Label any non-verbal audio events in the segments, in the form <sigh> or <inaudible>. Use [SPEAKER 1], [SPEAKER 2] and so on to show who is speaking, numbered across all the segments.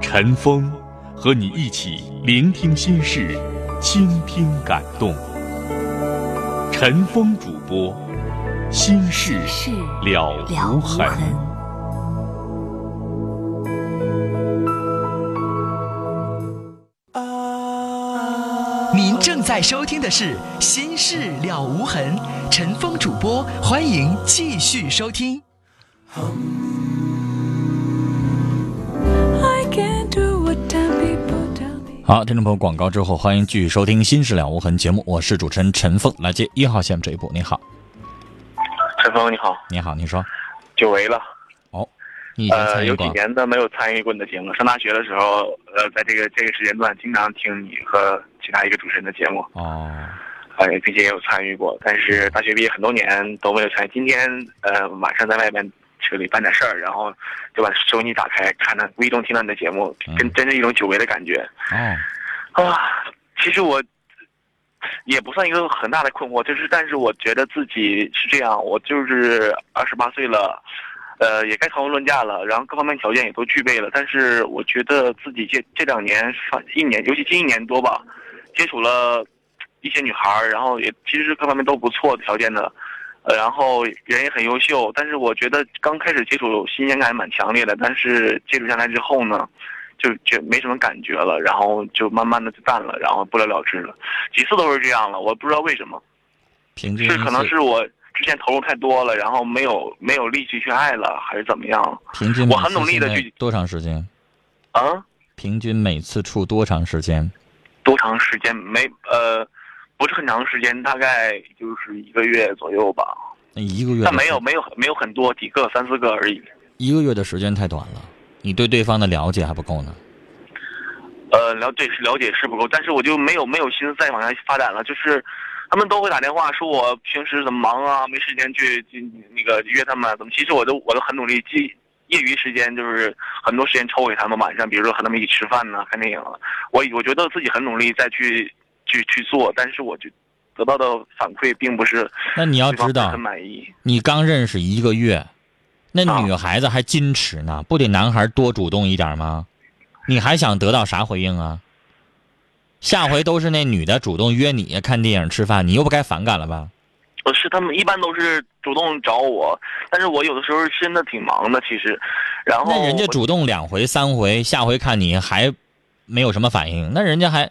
[SPEAKER 1] 陈峰和你一起聆听心事，倾听感动。陈峰主播，心事
[SPEAKER 2] 事
[SPEAKER 1] 了
[SPEAKER 2] 了
[SPEAKER 1] 无
[SPEAKER 2] 无
[SPEAKER 1] 痕。
[SPEAKER 2] 痕。
[SPEAKER 3] 您正在收听的是《心事了无痕》，陈峰主播，欢迎继续收听。
[SPEAKER 4] I can't do what ten people tell me.
[SPEAKER 5] 好，听众朋友，广告之后，欢迎继续收听《新事了无痕》节目，我是主持人陈凤，来接一号线这一步。你好，
[SPEAKER 6] 陈峰你好，
[SPEAKER 5] 你好，你说，
[SPEAKER 6] 久违了。
[SPEAKER 5] 你以前
[SPEAKER 6] 呃，
[SPEAKER 5] 参与
[SPEAKER 6] 有
[SPEAKER 5] 过
[SPEAKER 6] 几？年都没有参与过你的节目。上大学的时候，呃，在这个这个时间段，经常听你和其他一个主持人的节目，
[SPEAKER 5] 哦，
[SPEAKER 6] 呃，并且也有参与过。但是大学毕业很多年都没有参与。今天呃晚上在外面车里办点事儿，然后就把收音机打开，看到无意中听到你的节目，真
[SPEAKER 5] 嗯
[SPEAKER 6] 真是一种久违的感觉
[SPEAKER 5] 哦，
[SPEAKER 6] 啊！其实我。也不算一个很大的困惑，就是，但是我觉得自己是这样，我就是二十八岁了，呃，也该谈婚论嫁了，然后各方面条件也都具备了，但是我觉得自己这这两年上一年，尤其近一年多吧，接触了一些女孩儿，然后也其实各方面都不错条件的，呃，然后人也很优秀，但是我觉得刚开始接触新鲜感蛮强烈的，但是接触下来之后呢，就就没什么感觉了，然后就慢慢的就淡了，然后不了了之了，几次都是这样了，我不知道为什么。
[SPEAKER 5] 平均一
[SPEAKER 6] 是
[SPEAKER 5] 次
[SPEAKER 6] 可能是我之前投入太多了，然后没有没有力气去爱了，还是怎么样？
[SPEAKER 5] 平均
[SPEAKER 6] 我
[SPEAKER 5] 每
[SPEAKER 6] 很
[SPEAKER 5] 次
[SPEAKER 6] 努力地
[SPEAKER 5] 现在
[SPEAKER 6] 去
[SPEAKER 5] 多长时间？
[SPEAKER 6] 啊，
[SPEAKER 5] 平均每次处多长时间？
[SPEAKER 6] 多长时间没呃，不是很长时间，大概就是一个月左右吧。
[SPEAKER 5] 那一个月的
[SPEAKER 6] 但没有
[SPEAKER 5] 时
[SPEAKER 6] 没有没有很多，几个三四个而已。
[SPEAKER 5] 一个月的时间太短了，你对对方的了解还不够呢。
[SPEAKER 6] 呃，了对了解是不够，但是我就没有没有心思再往下发展了。就是他们都会打电话说我平时怎么忙啊，没时间去去那个约他们啊，怎么？其实我都我都很努力，既业余时间就是很多时间抽给他们，晚上比如说和他们一起吃饭呐、看电影啊。我我觉得自己很努力再去去去做，但是我就得到的反馈并不是
[SPEAKER 5] 那你要
[SPEAKER 6] 对方
[SPEAKER 5] 知道
[SPEAKER 6] 很，满意。
[SPEAKER 5] 你刚认识一个月，那
[SPEAKER 6] 啊
[SPEAKER 5] 女孩子还矜持呢，不得男孩多主动一点吗？你还想得到啥回应啊？下回都是那女的主动约你看电影、吃饭，你又不该反感了吧？
[SPEAKER 6] 我呃是他们一般都是主动找我，但是我有的时候真的挺忙的，其实。然后
[SPEAKER 5] 那人家
[SPEAKER 6] 我
[SPEAKER 5] 主动两回、三回，下回看你还没有什么反应，那人家还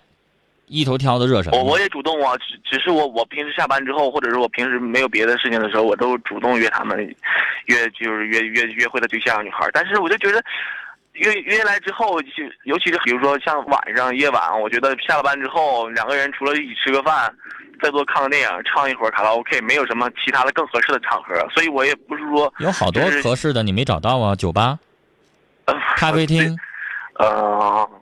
[SPEAKER 5] 一头挑的热什么
[SPEAKER 6] 我
[SPEAKER 5] 呢？
[SPEAKER 6] 我也主动啊，只只是我我平时下班之后，或者是我平时没有别的事情的时候，我都主动约他们，约就是约约约会的对象女孩儿。但是我就觉得约约来之后，就尤其是比如说像晚上夜晚，我觉得下了班之后，两个人除了一起吃个饭，再多看个电影，唱一会儿卡拉 OK，没有什么其他的更合适的场合，所以我也不是说
[SPEAKER 5] 有好多
[SPEAKER 6] 就是
[SPEAKER 5] 合适的你没找到啊，酒吧、
[SPEAKER 6] 呃
[SPEAKER 5] 咖啡
[SPEAKER 6] <laughs>
[SPEAKER 5] 厅，
[SPEAKER 6] 呃，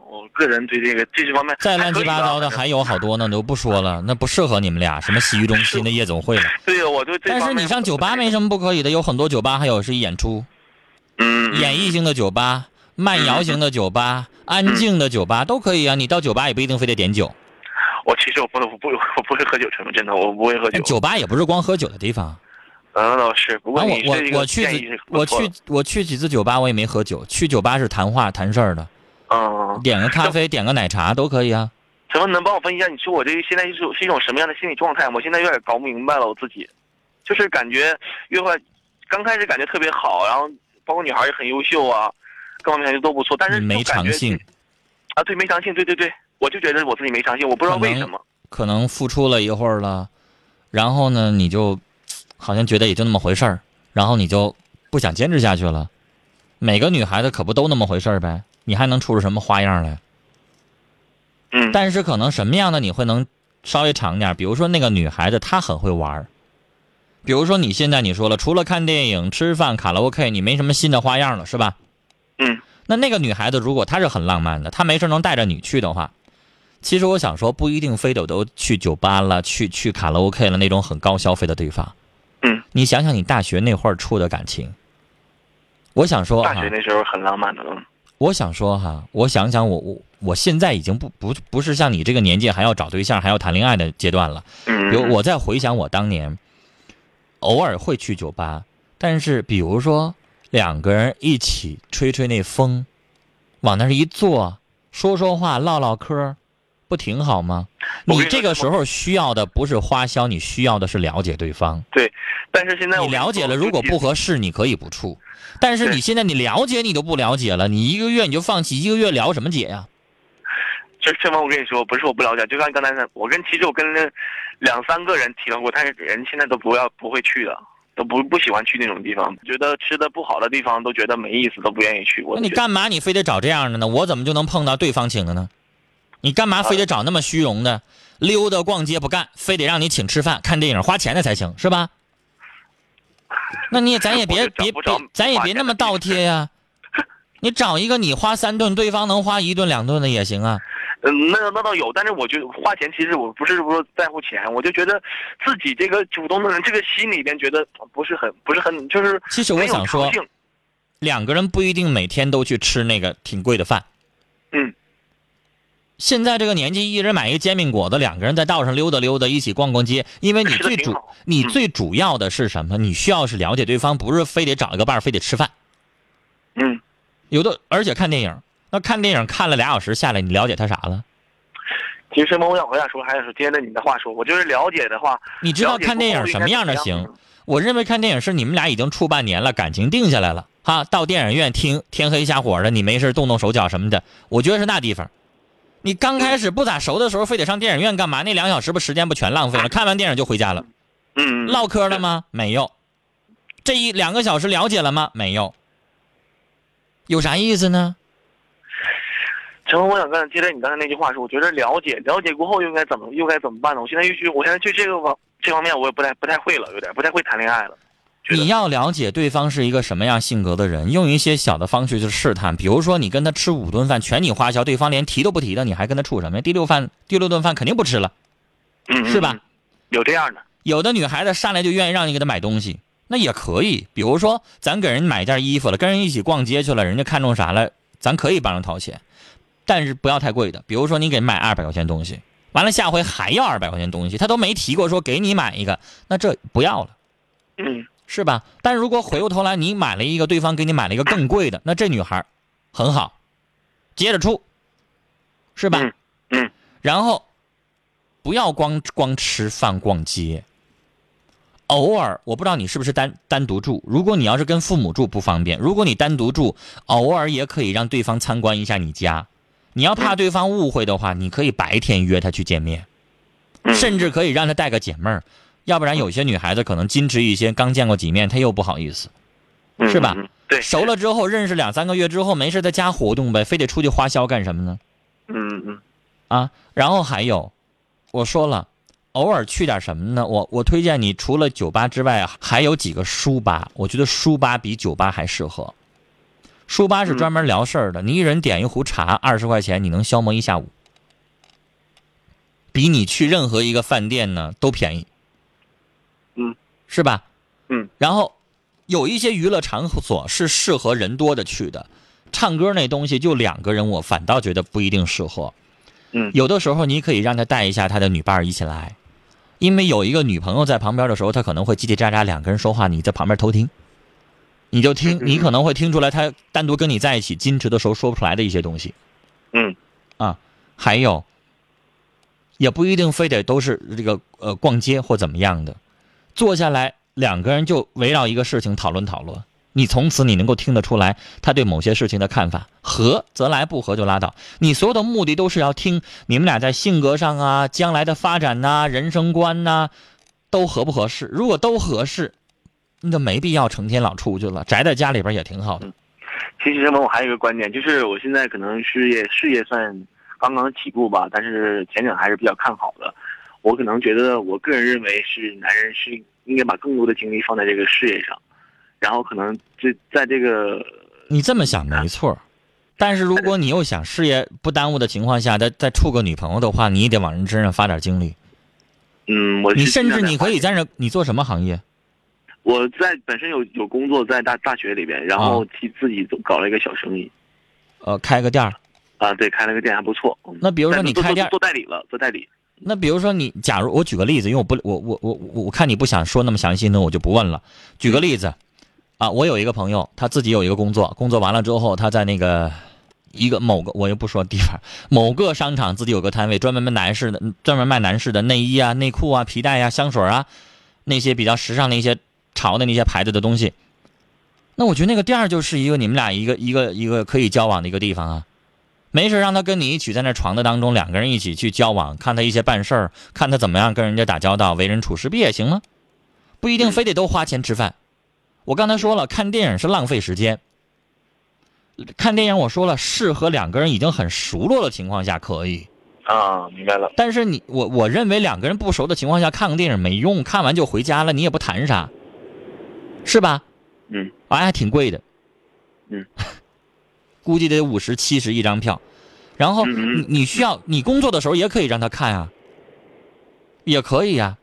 [SPEAKER 6] 我个人对这个这些方面
[SPEAKER 5] 再乱七八糟的
[SPEAKER 6] 还可以吧啊
[SPEAKER 5] 还有好多呢，都不说了，那不适合你们俩，什么洗浴中心的夜总会了。
[SPEAKER 6] 对，我对 <laughs> 这
[SPEAKER 5] 但是
[SPEAKER 6] 方面
[SPEAKER 5] 你上酒吧没什么不可以的，有很多酒吧还有是演出，
[SPEAKER 6] 嗯嗯
[SPEAKER 5] 演绎型的酒吧、慢摇型的酒吧、安静的酒吧都可以啊。你到酒吧也不一定非得点酒，
[SPEAKER 6] 我其实我不能，我不我不会喝酒，陈真的我不会喝酒
[SPEAKER 5] 哎。酒吧也不是光喝酒的地方。
[SPEAKER 6] 嗯，倒是，不过
[SPEAKER 5] 啊，我
[SPEAKER 6] 你
[SPEAKER 5] 我
[SPEAKER 6] 这
[SPEAKER 5] 我
[SPEAKER 6] 个
[SPEAKER 5] 去
[SPEAKER 6] 建议
[SPEAKER 5] 几
[SPEAKER 6] 是不
[SPEAKER 5] 我
[SPEAKER 6] 错
[SPEAKER 5] 去
[SPEAKER 6] 的，
[SPEAKER 5] 我去几次酒吧，我也没喝酒。去酒吧是谈话谈事儿的，
[SPEAKER 6] 嗯，
[SPEAKER 5] 点个咖
[SPEAKER 6] <laughs>
[SPEAKER 5] 啡，点个奶茶都可以啊。
[SPEAKER 6] 陈峰能帮我分析一下，你说我这个现在是是一种什么样的心理状态吗？我现在有点搞不明白了，我自己，就是感觉约会刚开始感觉特别好，然后包括女孩也很优秀啊，各方面就都不错，但是
[SPEAKER 5] 你没
[SPEAKER 6] 就感
[SPEAKER 5] 长
[SPEAKER 6] 觉
[SPEAKER 5] 性，
[SPEAKER 6] 啊，对，没长性，对对对，我就觉得我自己没长性，我不知道
[SPEAKER 5] 可能
[SPEAKER 6] 为什么。
[SPEAKER 5] 可能付出了一会儿了，然后呢，你就好像觉得也就那么回事儿，然后你就不想坚持下去了。每个女孩子可不都那么回事儿呗，你还能出出什么花样来？
[SPEAKER 6] 嗯，
[SPEAKER 5] 但是可能什么样的你会能稍微长点儿，比如说那个女孩子她很会玩儿，比如说你现在你说了，除了看电影、吃饭、卡拉 OK，你没什么新的花样了，是吧？
[SPEAKER 6] 嗯。
[SPEAKER 5] 那那个女孩子如果她是很浪漫的，她没事能带着你去的话，其实我想说，不一定非得都去酒吧了，去去卡拉 OK 了那种很高消费的地方。
[SPEAKER 6] 嗯，
[SPEAKER 5] 你想想你大学那会儿处的感情，我想说哈、啊
[SPEAKER 6] 大学那时候很浪漫的，嗯
[SPEAKER 5] 我想说哈、我想想我我我现在已经不不不是像你这个年纪还要找对象还要谈恋爱的阶段了。
[SPEAKER 6] 嗯，
[SPEAKER 5] 有我在回想我当年，偶尔会去酒吧，但是比如说两个人一起吹吹那风，往那儿一坐，说说话唠唠嗑儿，不挺好吗？
[SPEAKER 6] 我跟
[SPEAKER 5] 你
[SPEAKER 6] 你
[SPEAKER 5] 这
[SPEAKER 6] 说
[SPEAKER 5] 个时候需要的不是花销，你需要的是了解对方。
[SPEAKER 6] 但是现在我
[SPEAKER 5] 你了解了，如果不
[SPEAKER 6] 和
[SPEAKER 5] 合适，你可以不处。但是
[SPEAKER 6] 对
[SPEAKER 5] 你现在你了解你都不了解了，你一个月你就放弃，一个月聊什么解呀、
[SPEAKER 6] 就是这方我跟你说，不是我不了解，就像刚才那，我跟其实我跟那两三个人提到过，但是人现在都不要不会去了。都不不喜欢去那种地方，觉得吃的不好的地方都觉得没意思，都不愿意去。我
[SPEAKER 5] 那你
[SPEAKER 6] 觉得
[SPEAKER 5] 干嘛你非得找这样的呢？我怎么就能碰到对方请的呢？你干嘛非得找那么虚荣的？溜达逛街不干，非得让你请吃饭、看电影、花钱的才行，是吧？那你也咱也别
[SPEAKER 6] <laughs> 我就找
[SPEAKER 5] 别
[SPEAKER 6] 不
[SPEAKER 5] 别
[SPEAKER 6] 着，
[SPEAKER 5] 咱也
[SPEAKER 6] 花
[SPEAKER 5] 别
[SPEAKER 6] 钱
[SPEAKER 5] 那
[SPEAKER 6] 的
[SPEAKER 5] 么
[SPEAKER 6] 地方
[SPEAKER 5] 倒贴
[SPEAKER 6] <laughs>
[SPEAKER 5] 呀、你找一个你花三顿，对方能花一顿两顿的也行啊。
[SPEAKER 6] 嗯，那那倒有，但是我觉得花钱其实我不是说在乎钱，我就觉得自己这个主动的人，这个心里边觉得不是很不是很，就是
[SPEAKER 5] 其实我
[SPEAKER 6] 没有
[SPEAKER 5] 想说
[SPEAKER 6] 诚信
[SPEAKER 5] 两个人不一定每天都去吃那个挺贵的饭。
[SPEAKER 6] 嗯。
[SPEAKER 5] 现在这个年纪，一人买一个煎饼果子，两个人在道上溜达溜达，一起逛逛街。因为你
[SPEAKER 6] 吃得
[SPEAKER 5] 最
[SPEAKER 6] 挺
[SPEAKER 5] 主
[SPEAKER 6] 好，
[SPEAKER 5] 你
[SPEAKER 6] 嗯
[SPEAKER 5] 最主要的是什么？你需要是了解对方，不是非得找一个伴儿，非得吃饭。
[SPEAKER 6] 嗯，
[SPEAKER 5] 有的，而且看电影，那看电影看了俩小时下来，你了解他啥了？
[SPEAKER 6] 其实申峰，我想我想说，还是接着你的话说，我就是了解的话，
[SPEAKER 5] 你知道
[SPEAKER 6] 了解
[SPEAKER 5] 看电
[SPEAKER 6] 过
[SPEAKER 5] 影
[SPEAKER 6] 后
[SPEAKER 5] 什么样的
[SPEAKER 6] 应该怎么
[SPEAKER 5] 行
[SPEAKER 6] 样？
[SPEAKER 5] 我认为看电影是你们俩已经处半年了，感情定下来了哈。到电影院听天黑瞎火的，你没事动动手脚什么的，我觉得是那地方。你刚开始不咋熟的时候，非得上电影院干嘛？那两小时不时间不全浪费了？看完电影就回家了，
[SPEAKER 6] 嗯，
[SPEAKER 5] 唠嗑了吗？没有。这一两个小时了解了吗？没有。有啥意思呢？
[SPEAKER 6] 陈峰，我想刚接着你刚才那句话说，我觉得了解了解过后又应该怎么又该怎么办呢？我现在又去，我现在对这个方这方面我也不太不太会了，有点不太会谈恋爱了。觉得
[SPEAKER 5] 你要了解对方是一个什么样性格的人，用一些小的方式去试探，比如说你跟他吃五顿饭全你花销，对方连提都不提的，你还跟他处什么呀？第六饭第六顿饭肯定不吃了，
[SPEAKER 6] 嗯，嗯
[SPEAKER 5] 是吧
[SPEAKER 6] 嗯有这样的，
[SPEAKER 5] 有的女孩子上来就愿意让你给她买东西，那也可以。比如说，咱给人买件衣服了，跟人一起逛街去了，人家看中啥了，咱可以帮人掏钱，但是不要太贵的。比如说，你给人买二百块钱东西，完了下回还要二百块钱东西，他都没提过说给你买一个，那这不要了。
[SPEAKER 6] 嗯，
[SPEAKER 5] 是吧？但如果回过头来你买了一个，对方给你买了一个更贵的，那这女孩儿很好，接着处，是吧？
[SPEAKER 6] 嗯嗯
[SPEAKER 5] 然后不要光光吃饭逛街，偶尔我不知道你是不是单单独住，如果你要是跟父母住不方便，如果你单独住，偶尔也可以让对方参观一下你家。你要怕对方误会的话，你可以白天约他去见面。
[SPEAKER 6] 嗯
[SPEAKER 5] 甚至可以让她带个姐妹儿，要不然有些女孩子可能矜持一些，刚见过几面，她又不好意思。
[SPEAKER 6] 嗯
[SPEAKER 5] 是吧
[SPEAKER 6] 嗯嗯对，
[SPEAKER 5] 熟了之后，认识两三个月之后，没事在家活动呗，非得出去花销干什么呢？
[SPEAKER 6] 嗯嗯
[SPEAKER 5] 啊，然后还有，我说了，偶尔去点什么呢？我我推荐你除了酒吧之外，还有几个书吧，我觉得书吧比酒吧还适合。书吧是
[SPEAKER 6] 嗯
[SPEAKER 5] 专门聊事儿的，你一人点一壶茶，二十块钱，你能消磨一下午，比你去任何一个饭店呢都便宜。
[SPEAKER 6] 嗯，
[SPEAKER 5] 是吧？
[SPEAKER 6] 嗯，
[SPEAKER 5] 然后有一些娱乐场所是适合人多的去的，唱歌那东西就两个人，我反倒觉得不一定适合。
[SPEAKER 6] 嗯
[SPEAKER 5] 有的时候你可以让他带一下他的女伴儿一起来，因为有一个女朋友在旁边的时候，他可能会叽叽喳喳两个人说话，你在旁边偷听，你就听，
[SPEAKER 6] 嗯
[SPEAKER 5] 你可能会听出来他单独跟你在一起矜持的时候说不出来的一些东西。
[SPEAKER 6] 嗯
[SPEAKER 5] 啊，还有，也不一定非得都是这个呃逛街或怎么样的，坐下来两个人就围绕一个事情讨论讨论。你从此你能够听得出来他对某些事情的看法，合则来，不合就拉倒。你所有的目的都是要听你们俩在性格上啊、将来的发展呐、人生观呐、都合不合适。如果都合适，你就没必要成天老出去了，宅在家里边也挺好的。
[SPEAKER 6] 其实呢，我还有一个观点，就是我现在可能事业事业算刚刚起步吧，但是前景还是比较看好的。我可能觉得，我个人认为是男人是应该把更多的精力放在这个事业上，然后可能这在这个
[SPEAKER 5] 你这么想没错儿，但是如果你又想事业不耽误的情况下，再再处个女朋友的话，你也得往人身上发点精力。
[SPEAKER 6] 嗯，我是
[SPEAKER 5] 你甚
[SPEAKER 6] 尽量
[SPEAKER 5] 至
[SPEAKER 6] 在
[SPEAKER 5] 你可以在这，你做什么行业？
[SPEAKER 6] 我在本身有有工作在大大学里边，然后自自己搞了一个小生意
[SPEAKER 5] 呃，开个店儿。
[SPEAKER 6] 啊，对，开了个店还不错。嗯
[SPEAKER 5] 那比如说你
[SPEAKER 6] 但做
[SPEAKER 5] 开店
[SPEAKER 6] 做做代理了，做代理。
[SPEAKER 5] 那比如说你，假如我举个例子，因为我不，我我我我我看你不想说那么详细呢，我就不问了。举个例子，啊，我有一个朋友，他自己有一个工作，工作完了之后，他在那个一个某个我又不说地方，某个商场自己有个摊位，专门卖男士的，专门卖男士的内衣啊、内裤啊、皮带啊、香水啊，那些比较时尚的一些潮的那些牌子的东西。那我觉得那个店儿就是一个你们俩一个一个一个可以交往的一个地方啊。没事，让他跟你一起在那床的当中，两个人一起去交往，看他一些办事儿，看他怎么样跟人家打交道，为人处事，不也行吗？不一定非得都花钱吃饭。我刚才说了，看电影是浪费时间。看电影我说了，适合两个人已经很熟络的情况下可以，
[SPEAKER 6] 啊，明白了。
[SPEAKER 5] 但是你我我认为两个人不熟的情况下看个电影没用，看完就回家了，你也不谈啥，是吧？
[SPEAKER 6] 嗯，
[SPEAKER 5] 哎，还挺贵的，
[SPEAKER 6] 嗯，
[SPEAKER 5] <laughs> 估计得五十七十一张票，然后
[SPEAKER 6] 嗯
[SPEAKER 5] 你
[SPEAKER 6] 嗯
[SPEAKER 5] 你需要你工作的时候也可以让他看啊，也可以呀、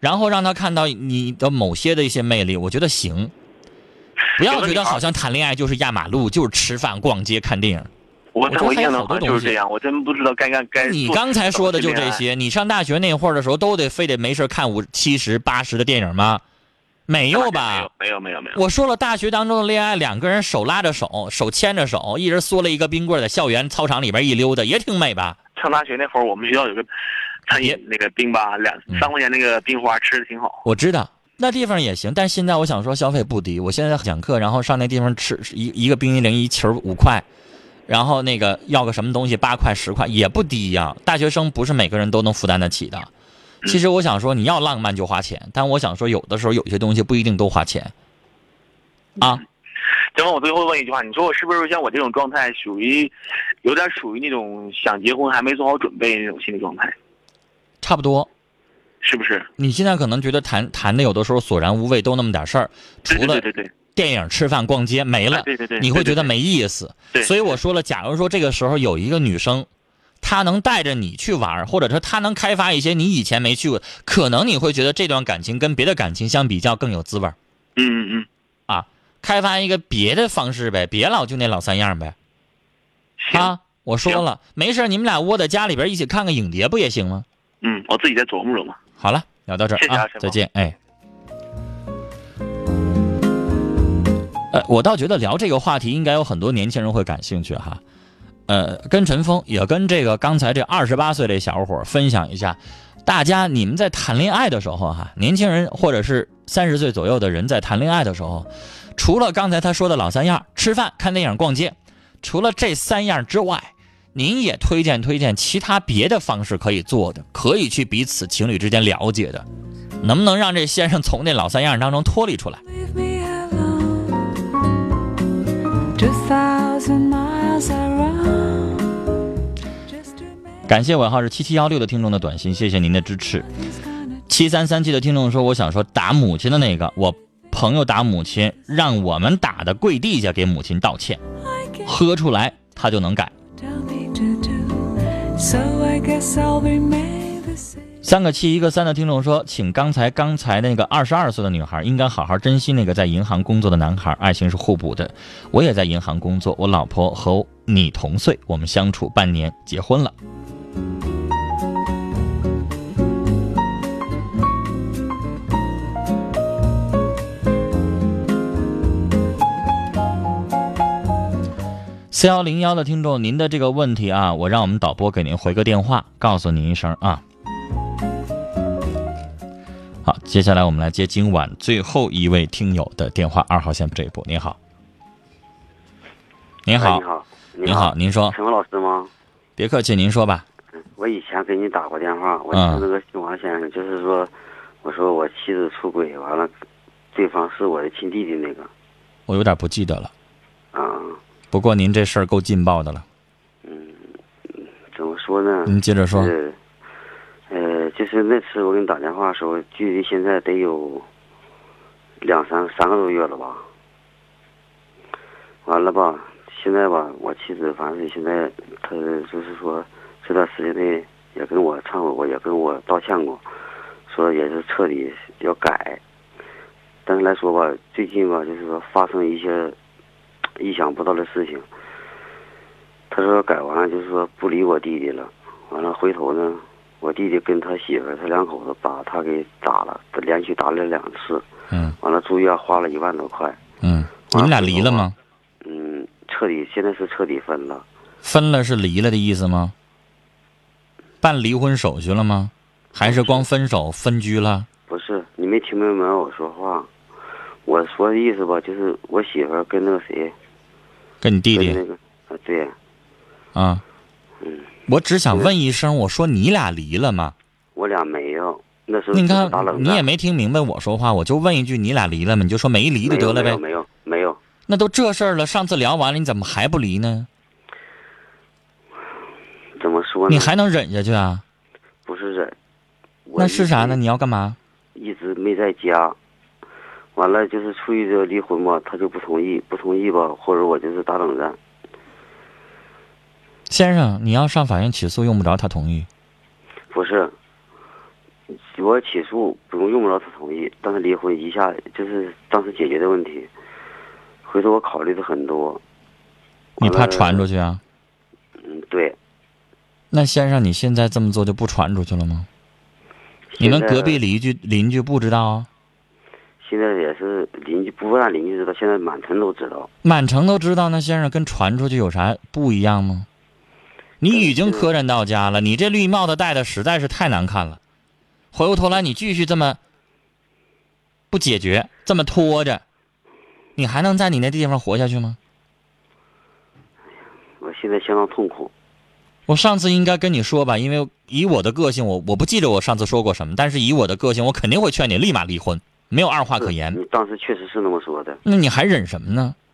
[SPEAKER 5] 然后让他看到你的某些的一些魅力，我觉得行，不要
[SPEAKER 6] 有的
[SPEAKER 5] 觉得
[SPEAKER 6] 女孩
[SPEAKER 5] 好像谈恋爱就是压马路，就是吃饭、逛街、看电影。
[SPEAKER 6] 我在
[SPEAKER 5] 我
[SPEAKER 6] 我
[SPEAKER 5] 觉
[SPEAKER 6] 印
[SPEAKER 5] 得还有好多东
[SPEAKER 6] 象中好像就是
[SPEAKER 5] 西
[SPEAKER 6] 这样，我真不知道该干该。
[SPEAKER 5] 你
[SPEAKER 6] 做
[SPEAKER 5] 刚才说的就
[SPEAKER 6] 怎
[SPEAKER 5] 这
[SPEAKER 6] 么去恋爱。
[SPEAKER 5] 些，你上大学那会儿的时候都得非得没事看五七十八十的电影吗？没有吧？？
[SPEAKER 6] 没有没有没有。
[SPEAKER 5] 我说了，大学当中的恋爱，两个人手拉着手，手牵着手，一人缩了一个冰棍儿，在校园操场里边一溜达，也挺美吧？
[SPEAKER 6] 上大学那会儿，我们学校有个餐饮那个冰吧，两
[SPEAKER 5] 嗯
[SPEAKER 6] 三块钱那个冰花吃的挺好。
[SPEAKER 5] 我知道那地方也行，但现在我想说消费不低。我现在讲课，然后上那地方吃吃一一个冰激凌一球五块，然后那个要个什么东西八块十块也不低呀、大学生不是每个人都能负担得起的。
[SPEAKER 6] 嗯
[SPEAKER 5] 其实我想说，你要浪漫就花钱，但我想说，有的时候有些东西不一定都花钱。
[SPEAKER 6] 嗯
[SPEAKER 5] 啊，
[SPEAKER 6] 然后我最后问一句话，你说我是不是像我这种状态，属于有点属于那种想结婚还没做好准备那种心理状态，
[SPEAKER 5] 差不多。
[SPEAKER 6] 是不是？
[SPEAKER 5] 你现在可能觉得谈谈的有的时候索然无味，都那么点事儿，除
[SPEAKER 6] 对
[SPEAKER 5] 了
[SPEAKER 6] 对对对对，
[SPEAKER 5] 电影、吃饭、逛街没了，
[SPEAKER 6] 哎对对对
[SPEAKER 5] 你会觉得
[SPEAKER 6] 对对对
[SPEAKER 5] 没意思。
[SPEAKER 6] 对
[SPEAKER 5] 所以我说了，假如说这个时候有一个女生，她能带着你去玩儿，或者说她能开发一些你以前没去过，可能你会觉得这段感情跟别的感情相比较更有滋味儿
[SPEAKER 6] 嗯嗯嗯，
[SPEAKER 5] 啊，开发一个别的方式呗，别老就那老三样呗
[SPEAKER 6] 行，
[SPEAKER 5] 啊。我说
[SPEAKER 6] 行
[SPEAKER 5] 了，没事儿，你们俩窝在家里边儿一起看个影碟不也行吗？
[SPEAKER 6] 嗯，我自己在琢磨琢磨。
[SPEAKER 5] 好了，聊到这儿
[SPEAKER 6] 谢谢啊
[SPEAKER 5] 啊
[SPEAKER 6] 沈，
[SPEAKER 5] 再
[SPEAKER 6] 梦
[SPEAKER 5] 见，哎。呃，我倒觉得聊这个话题应该有很多年轻人会感兴趣哈。呃，跟陈峰也跟这个刚才这二十八岁这小伙儿分享一下，大家你们在谈恋爱的时候哈，年轻人或者是三十岁左右的人在谈恋爱的时候，除了刚才他说的老三样儿——吃饭、看电影、逛街，除了这三样之外，您也推荐推荐其他别的方式可以做的，可以去彼此情侣之间了解的，能不能让这先生从那老三样当中脱离出来？
[SPEAKER 4] Leave me alone. Two thousand miles around. Just to make
[SPEAKER 5] 感谢尾号是七七幺六的听众的短信，谢谢您的支持。
[SPEAKER 4] things gonna
[SPEAKER 5] 七三三七的听众说，我想说打母亲的那个，我朋友打母亲，让我们打的跪地下给母亲道歉，
[SPEAKER 4] I can't
[SPEAKER 5] 喝出来他就能改。
[SPEAKER 4] tell me to do. So I guess I'll remain the same.
[SPEAKER 5] 三个七一个三的听众说，请刚才刚才那个二十二岁的女孩应该好好珍惜那个在银行工作的男孩，爱情是互补的。我也在银行工作，我老婆和你同岁，我们相处半年，结婚了。四幺零幺的听众，您的这个问题啊，我让我们导播给您回个电话，告诉您一声啊。好，接下来我们来接今晚最后一位听友的电话，二号线这一波。您好，您
[SPEAKER 2] 哎
[SPEAKER 5] 好
[SPEAKER 2] 你，好，
[SPEAKER 5] 您好，，您说，
[SPEAKER 2] 陈峰老师吗？
[SPEAKER 5] 别客气，您说吧。
[SPEAKER 2] 我以前给你打过电话，我
[SPEAKER 5] 嗯
[SPEAKER 2] 听那个姓王先生，就是说，我说我妻子出轨，完了，对方是我的亲弟弟那个，
[SPEAKER 5] 我有点不记得了，
[SPEAKER 2] 啊，
[SPEAKER 5] 不过您这事儿够劲爆的了，
[SPEAKER 2] 怎么说呢？
[SPEAKER 5] 您嗯接着说。
[SPEAKER 2] 是，呃，就是那次我给你打电话的时候，距离现在得有两三三个多月了吧？完了吧，现现在吧，我妻子反正现在她就是说这段时间内也跟我忏悔过，也跟我道歉过，说也是彻底要改。但是来说吧，最近吧，就是说发生一些意想不到的事情。他说改完了，就是说不理我弟弟了。完了回头呢，我弟弟跟他媳妇儿，他两口子把他给打了，连续打了两次。
[SPEAKER 5] 嗯
[SPEAKER 2] 完了住院花了一万多块。
[SPEAKER 5] 嗯，你们俩离了吗？
[SPEAKER 2] 嗯，彻底现在是彻底分了。
[SPEAKER 5] 分了是离了的意思吗？办离婚手续了吗？还是光分手分居了？
[SPEAKER 2] 不是，你没听明白我说话。我说的意思吧，就是我媳妇儿跟那个谁，
[SPEAKER 5] 跟你弟
[SPEAKER 2] 跟
[SPEAKER 5] 弟
[SPEAKER 2] 那个啊，对，
[SPEAKER 5] 啊？
[SPEAKER 2] 嗯
[SPEAKER 5] 我只想问一声，我说你俩离了吗？
[SPEAKER 2] 我俩没嗯有。那时候
[SPEAKER 5] 你看
[SPEAKER 2] 就是打冷战
[SPEAKER 5] 你也没听明白我说话，我就问一句，你俩离了吗？你就说没离就得了
[SPEAKER 2] 没有
[SPEAKER 5] 呗。
[SPEAKER 2] 没有没有，
[SPEAKER 5] 那都这事儿了，上次聊完了，你怎么还不离呢？
[SPEAKER 2] 怎么说呢？
[SPEAKER 5] 你还能忍下去啊？
[SPEAKER 2] 不是忍？我
[SPEAKER 5] 那
[SPEAKER 2] 一
[SPEAKER 5] 是啥呢？
[SPEAKER 2] 直
[SPEAKER 5] 你要干嘛？
[SPEAKER 2] 一直没在家，完了就是出于这离婚吧，他就不同意，不同意吧，或者我就是打冷战。
[SPEAKER 5] 先生，你要上法院起诉，用不着他同意。
[SPEAKER 2] 不是，我起诉不用用不着他同意，但是离婚一下就是当时解决的问题。回头我考虑的很多，
[SPEAKER 5] 你怕
[SPEAKER 2] 完了
[SPEAKER 5] 传出去啊？
[SPEAKER 2] 嗯，对。
[SPEAKER 5] 那先生，你现在这么做就不传出去了吗？你们
[SPEAKER 2] 现在
[SPEAKER 5] 隔壁邻居邻居不知道啊？
[SPEAKER 2] 现在也是邻居，不但邻居知道，现在满城都知道。
[SPEAKER 5] 满城都知道，那先生跟传出去有啥不一样吗？你已经磕碜到家了，你这绿帽子戴的实在是太难看了。回过头来，你继续这么不解决，这么拖着，你还能在你那地方活下去吗？
[SPEAKER 2] 我现在相当痛苦。
[SPEAKER 5] 我上次应该跟你说吧，因为以我的个性，我我不记得我上次说过什么，但是以我的个性，我肯定会劝你立马离婚，没有二话可言。
[SPEAKER 2] 你当时确实是那么说的，
[SPEAKER 5] 那你还忍什么呢？嗯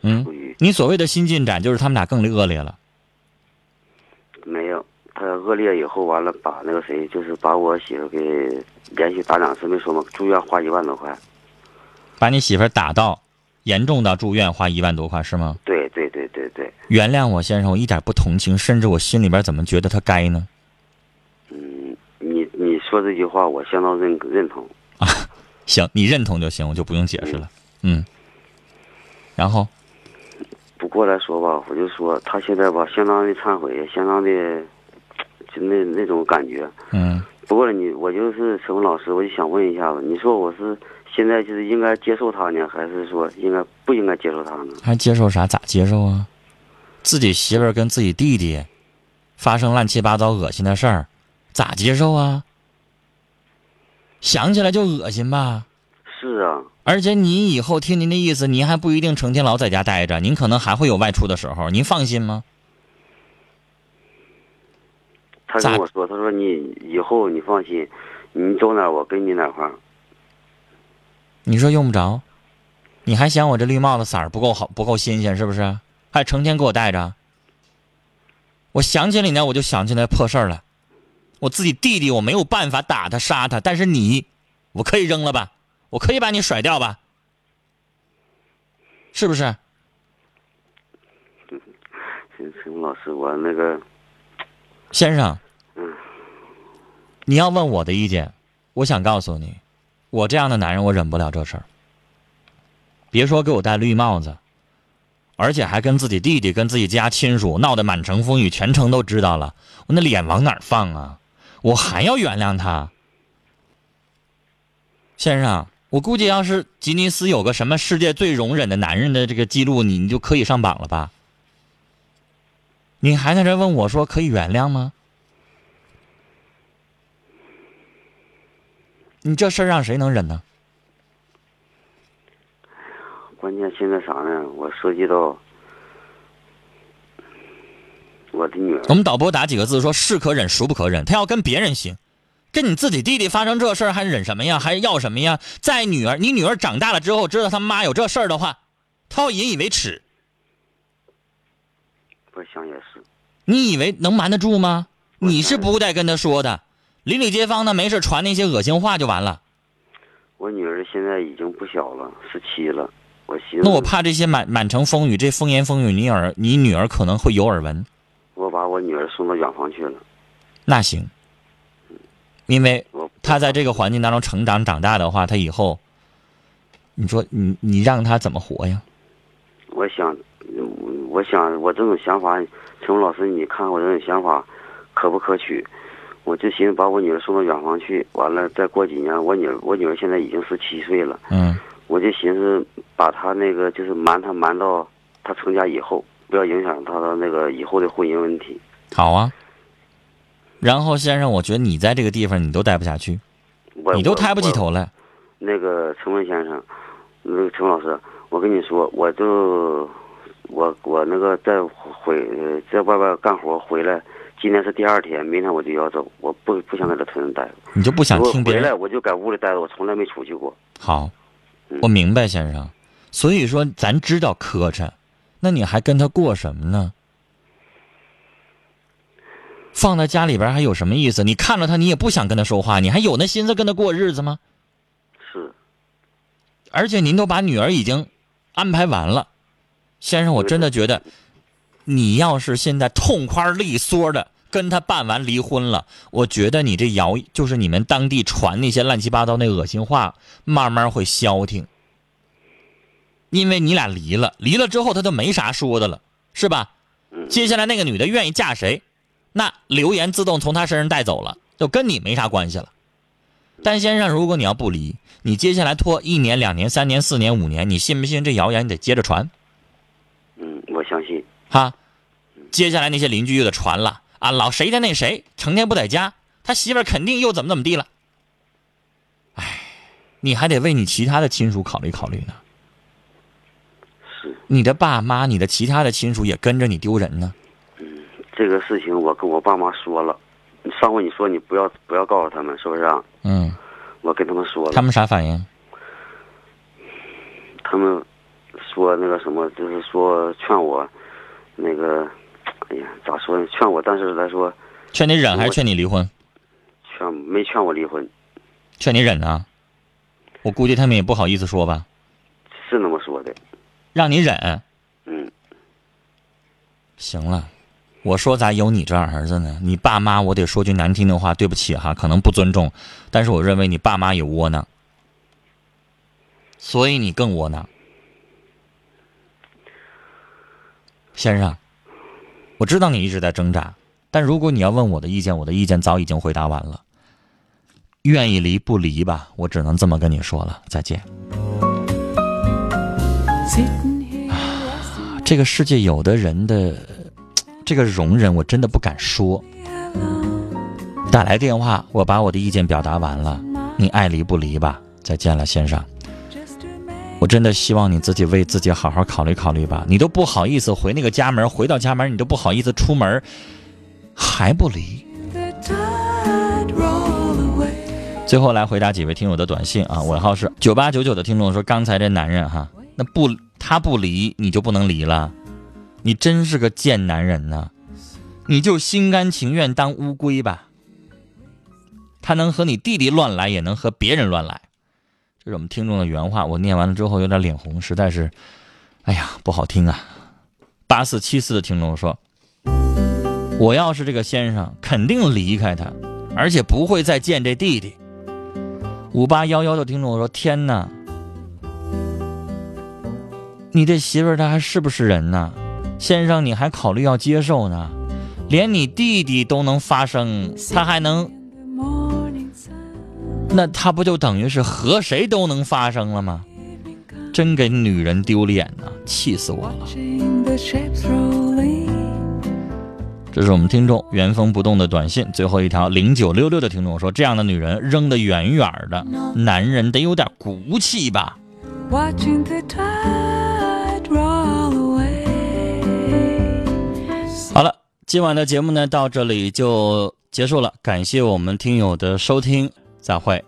[SPEAKER 2] 出，于
[SPEAKER 5] 嗯你所谓的新进展就是他们俩更恶劣了。
[SPEAKER 2] 没有他恶劣以后，完了把那个谁，就是把我媳妇给连续打两次，没说嘛，住院花一万多块。
[SPEAKER 5] 把你媳妇儿打到严重到住院，花一万多块是吗？
[SPEAKER 2] 对对对对对，
[SPEAKER 5] 原谅我先生，我一点不同情，甚至我心里边怎么觉得他该呢？
[SPEAKER 2] 嗯，你你说这句话我相当认认同。
[SPEAKER 5] 行，你认同就行，我就不用解释了。嗯，然后
[SPEAKER 2] 不过来说吧，我就说他现在吧，相当的忏悔，相当的，就那那种感觉。
[SPEAKER 5] 嗯，
[SPEAKER 2] 不过你，我就是陈文老师，我就想问一下子，你说我是现在就是应该接受他呢，还是说应该不应该接受他呢？
[SPEAKER 5] 还接受啥？咋接受啊？自己媳妇儿跟自己弟弟发生乱七八糟恶心的事儿，咋接受啊？想起来就恶心吧。
[SPEAKER 2] 是啊，
[SPEAKER 5] 而且您以后听您的意思，您还不一定成天老在家待着，您可能还会有外出的时候，您放心吗？
[SPEAKER 2] 他
[SPEAKER 5] 咋
[SPEAKER 2] 跟我说，他说你以后你放心，你走哪儿我跟你哪块儿。
[SPEAKER 5] 你说用不着，你还嫌我这绿帽子色儿不够好，不够新鲜是不是？还成天给我戴着。我想起你呢，我就想起那破事儿了。我自己弟弟，我没有办法打他杀他，但是你，我可以扔了吧？我可以把你甩掉吧？是不是？
[SPEAKER 2] 陈陈文老师，我那个
[SPEAKER 5] 先生
[SPEAKER 2] 嗯，
[SPEAKER 5] 你要问我的意见，我想告诉你，我这样的男人我忍不了这事儿。别说给我戴绿帽子，而且还跟自己弟弟、跟自己家亲属闹得满城风雨，全城都知道了，我那脸往哪儿放啊？我还要原谅他，先生，我估计要是吉尼斯有个什么世界最容忍的男人的这个记录，你你就可以上榜了吧？你还在这问我说可以原谅吗？你这事儿让谁能忍呢？
[SPEAKER 2] 关键现在啥呢？我涉及到我的女儿
[SPEAKER 5] 我，们导播打几个字说是可忍孰不可忍，他要跟别人行，跟你自己弟弟发生这事儿还忍什么呀？还要什么呀？在女儿，你女儿长大了之后知道他妈有这事儿的话，他要引以为耻，
[SPEAKER 2] 我想也是。
[SPEAKER 5] 你以为能瞒得住吗？
[SPEAKER 2] 我
[SPEAKER 5] 你是不带跟他说的，邻里街坊呢没事传那些恶心话就完了。
[SPEAKER 2] 我女儿现在已经不小了，十七了。我寻思，
[SPEAKER 5] 那我怕这些满满城风雨，这风言风语，你耳你女儿可能会有耳闻。
[SPEAKER 2] 我把我女儿送到远方去了。
[SPEAKER 5] 那行，因为
[SPEAKER 2] 我
[SPEAKER 5] 他在这个环境当中成长长大的话，他以后，你说你你让他怎么活呀？
[SPEAKER 2] 我想，我我想我这种想法，陈武老师，你看我这种想法可不可取？我就寻思把我女儿送到远方去，完了再过几年，我女儿我女儿现在已经十七岁了，
[SPEAKER 5] 嗯，
[SPEAKER 2] 我就寻思把她那个就是瞒她瞒到她成家以后，不要影响她的那个以后的婚姻问题。
[SPEAKER 5] 好啊。然后先生，我觉得你在这个地方你都待不下去，
[SPEAKER 2] 我
[SPEAKER 5] 你都
[SPEAKER 2] 我
[SPEAKER 5] 抬不起
[SPEAKER 2] 我
[SPEAKER 5] 头来。
[SPEAKER 2] 那个陈文先生，那个陈文老师，我跟你说，我就我我那个在回呃在外边干活回来，今天是第二天，明天我就要走，我不不想在这屯子待。
[SPEAKER 5] 你就不想
[SPEAKER 2] 我
[SPEAKER 5] 听别
[SPEAKER 2] 回来
[SPEAKER 5] 人
[SPEAKER 2] 我就在屋里待着，我从来没出去过。
[SPEAKER 5] 好，
[SPEAKER 2] 嗯
[SPEAKER 5] 我明白，先生。所以说，咱知道磕碜，那你还跟他过什么呢？放在家里边还有什么意思？你看着他，你也不想跟他说话，你还有那心思跟他过日子吗？
[SPEAKER 2] 是，
[SPEAKER 5] 而且您都把女儿已经安排完了，先生，我真的觉得，你要是现在痛快利索的跟他办完离婚了，我觉得你这谣就是你们当地传那些乱七八糟那恶心话，慢慢会消停。因为你俩离了，离了之后他就没啥说的了，是吧？
[SPEAKER 2] 嗯
[SPEAKER 5] 接下来那个女的愿意嫁谁，那流言自动从她身上带走了，就跟你没啥关系了。但先生，如果你要不离，你接下来拖一年、两年、三年、四年、五年，你信不信这谣言你得接着传
[SPEAKER 2] 嗯，我相信。
[SPEAKER 5] 哈？接下来那些邻居又得传了啊，老谁家那谁成天不在家，他媳妇儿肯定又怎么怎么地了。哎，你还得为你其他的亲属考虑考虑呢。
[SPEAKER 2] 是
[SPEAKER 5] 你的爸妈、你的其他的亲属也跟着你丢人呢。
[SPEAKER 2] 这个事情，我跟我爸妈说了。上回你说你不要不要告诉他们，是不是、啊？
[SPEAKER 5] 嗯，
[SPEAKER 2] 我跟他们说了，
[SPEAKER 5] 他们啥反应？
[SPEAKER 2] 他们说那个什么，就是说劝我，那个，哎呀，咋说呢？劝我，但是来说
[SPEAKER 5] 劝你忍还是劝你离婚？
[SPEAKER 2] 劝没劝我离婚，
[SPEAKER 5] 劝你忍啊？我估计他们也不好意思说吧，
[SPEAKER 2] 是那么说的。
[SPEAKER 5] 让你忍。
[SPEAKER 2] 嗯，
[SPEAKER 5] 行了，我说咋有你这儿子呢？你爸妈，我得说句难听的话，对不起哈，可能不尊重，但是我认为你爸妈也窝囊，所以你更窝囊。先生，我知道你一直在挣扎，但如果你要问我的意见，我的意见早已经回答完了。愿意离不离吧，我只能这么跟你说了。再见。
[SPEAKER 4] Sitting here resting
[SPEAKER 5] 这个世界有的人的这个容忍，我真的不敢说。
[SPEAKER 4] alone,
[SPEAKER 5] 打来电话，我把我的意见表达完了，你爱离不离吧，再见了，先生。
[SPEAKER 4] just to make
[SPEAKER 5] 我真的希望你自己为自己好好考虑考虑吧，你都不好意思回那个家门，回到家门你都不好意思出门，还不离。
[SPEAKER 4] the tide roll away.
[SPEAKER 5] 最后来回答几位听友的短信啊，尾号是九八九九的听众说，刚才这男人哈，那不他不离你就不能离了，你真是个贱男人呐、你就心甘情愿当乌龟吧。他能和你弟弟乱来，也能和别人乱来，这是我们听众的原话。我念完了之后有点脸红，实在是，哎呀，不好听啊。八四七四的听众说，我要是这个先生，肯定离开他，而且不会再见这弟弟。五八幺幺的听众说：“天哪，你这媳妇儿她还是不是人呢？先生，你还考虑要接受呢？连你弟弟都能发生，他还能
[SPEAKER 4] In the morning sun,
[SPEAKER 5] 那他不就等于是和谁都能发生了吗？
[SPEAKER 4] evening comes,
[SPEAKER 5] 真给女人丢脸呐、气死我了！
[SPEAKER 4] watching the shapes rolling.
[SPEAKER 5] 这是我们听众原封不动的短信，最后一条零九六六的听众说：这样的女人扔得远远的，男人得有点骨气吧。
[SPEAKER 4] Watching the tide roll away.
[SPEAKER 5] 好了，今晚的节目呢到这里就结束了，感谢我们听友的收听，再会。